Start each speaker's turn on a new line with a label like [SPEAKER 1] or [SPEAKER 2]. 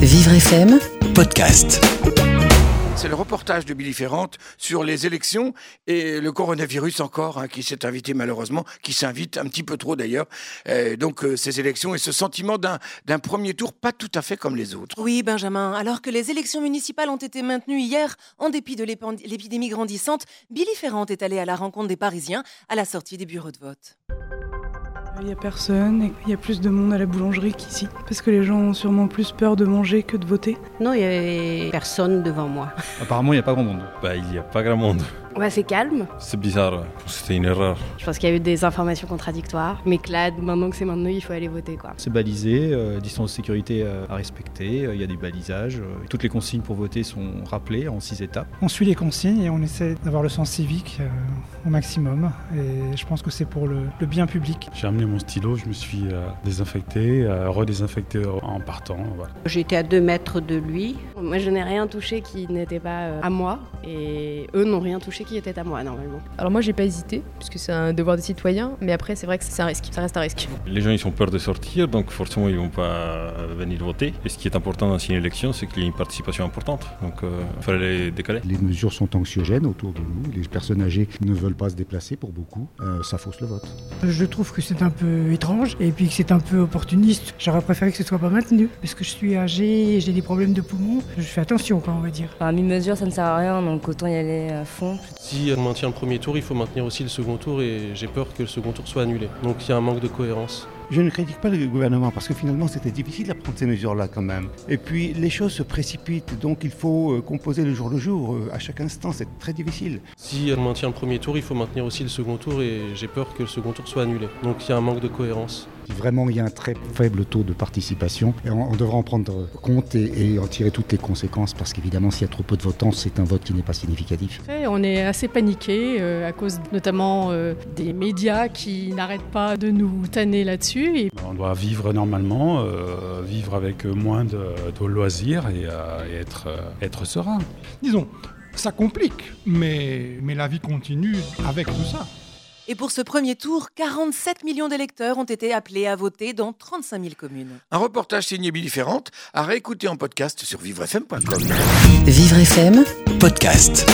[SPEAKER 1] Vivre FM,
[SPEAKER 2] podcast.
[SPEAKER 3] C'est le reportage de Billy Ferrante sur les élections et le coronavirus encore, hein, qui s'est invité malheureusement, qui s'invite un petit peu trop d'ailleurs. Euh, donc euh, ces élections et ce sentiment d'un d'un premier tour pas tout à fait comme les autres.
[SPEAKER 4] Oui, Benjamin, alors que les élections municipales ont été maintenues hier, en dépit de l'épan- l'épidémie grandissante, Billy Ferrand est allé à la rencontre des Parisiens à la sortie des bureaux de vote.
[SPEAKER 5] Il y a personne et il y a plus de monde à la boulangerie qu'ici. Parce que les gens ont sûrement plus peur de manger que de voter.
[SPEAKER 6] Non, il y avait personne devant moi.
[SPEAKER 7] Apparemment, il n'y a pas grand monde.
[SPEAKER 8] Bah, il n'y a pas grand monde.
[SPEAKER 9] Ouais, c'est calme.
[SPEAKER 8] C'est bizarre. ouais. C'était une erreur.
[SPEAKER 9] Je pense qu'il y a eu des informations contradictoires. Mais que là, maintenant que c'est maintenant, il faut aller voter, quoi.
[SPEAKER 7] C'est balisé, euh, distance de sécurité euh, à respecter, euh, il y a des balisages. euh, toutes les consignes pour voter sont rappelées en six étapes.
[SPEAKER 10] On suit les consignes et on essaie d'avoir le sens civique euh, au maximum. Et je pense que c'est pour le, le bien public.
[SPEAKER 11] J'ai amené mon stylo, je me suis euh, désinfecté, euh, redésinfecté en partant. Voilà.
[SPEAKER 6] J'étais à deux mètres de lui.
[SPEAKER 9] Moi, je n'ai rien touché qui n'était pas euh, à moi. Et eux n'ont rien touché qui était à moi, normalement.
[SPEAKER 12] Alors moi j'ai pas hésité, puisque c'est un devoir de citoyen, mais après c'est vrai que c'est un risque, ça reste un risque.
[SPEAKER 8] Les gens, ils ont peur de sortir, donc forcément, ils vont pas venir voter. Et ce qui est important dans une élection, c'est qu'il y ait une participation importante. Donc, euh, il fallait les décaler.
[SPEAKER 13] Les mesures sont anxiogènes autour de nous. Les personnes âgées ne veulent pas se déplacer pour beaucoup. Euh, ça fausse le vote.
[SPEAKER 14] Je trouve que c'est un peu étrange et puis que c'est un peu opportuniste. J'aurais préféré que ce soit pas maintenu parce que je suis âgée, j'ai des problèmes de poumons. Je fais attention, quoi, on va dire.
[SPEAKER 15] Enfin, mi-mesure, ça ne sert à rien, donc autant y aller à fond.
[SPEAKER 16] Si on maintient le premier tour, il faut maintenir aussi le second tour et j'ai peur que le second tour soit annulé. Donc il y a un manque de cohérence.
[SPEAKER 17] Je ne critique pas le gouvernement parce que finalement c'était difficile à prendre ces mesures-là quand même. Et puis les choses se précipitent, donc il faut euh, composer le jour le jour. euh, À chaque instant, c'est très difficile.
[SPEAKER 16] Si on maintient le premier tour, il faut maintenir aussi le second tour et j'ai peur que le second tour soit annulé. Donc il y a un manque de cohérence.
[SPEAKER 13] Vraiment, il y a un très faible taux de participation. Et on, on devra en prendre compte et, et en tirer toutes les conséquences parce qu'évidemment, s'il y a trop peu de votants, c'est un vote qui n'est pas significatif.
[SPEAKER 12] Après, on est assez paniqué euh, à cause notamment euh, des médias qui n'arrêtent pas de nous tanner là-dessus. Et
[SPEAKER 11] On doit vivre normalement, euh, vivre avec moins de, de loisirs et, euh, et être, euh, être serein.
[SPEAKER 18] Disons, ça complique, mais, mais la vie continue avec tout ça.
[SPEAKER 4] Et pour ce premier tour, 47 millions d'électeurs ont été appelés à voter dans 35 000 communes.
[SPEAKER 3] Un reportage signé Billy Ferrante à réécouter en podcast sur vivrefm.com.
[SPEAKER 1] Vivre FM,
[SPEAKER 2] Podcast.